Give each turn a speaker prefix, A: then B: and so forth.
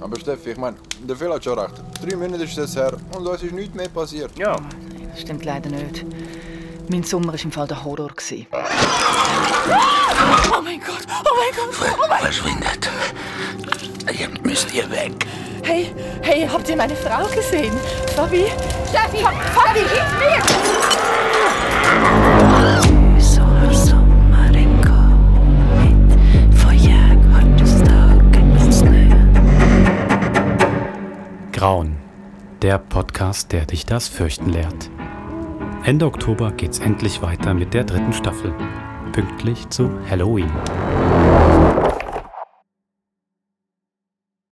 A: Aber Steffi, ich meine, der Phil hat schon recht. Drei Monate ist das her und uns ist nichts mehr passiert.
B: Ja.
C: Nein, das stimmt leider nicht. Mein Sommer war im Fall der Horror. gewesen.
D: Oh mein Gott, oh mein Gott.
E: Verschwindet. Jetzt müsst ihr weg.
D: Hey, hey, habt ihr meine Frau gesehen? Fabi? Steffi! Fabi, hilf mir!
F: Grauen, der Podcast, der dich das Fürchten lehrt. Ende Oktober geht's endlich weiter mit der dritten Staffel. Pünktlich zu Halloween.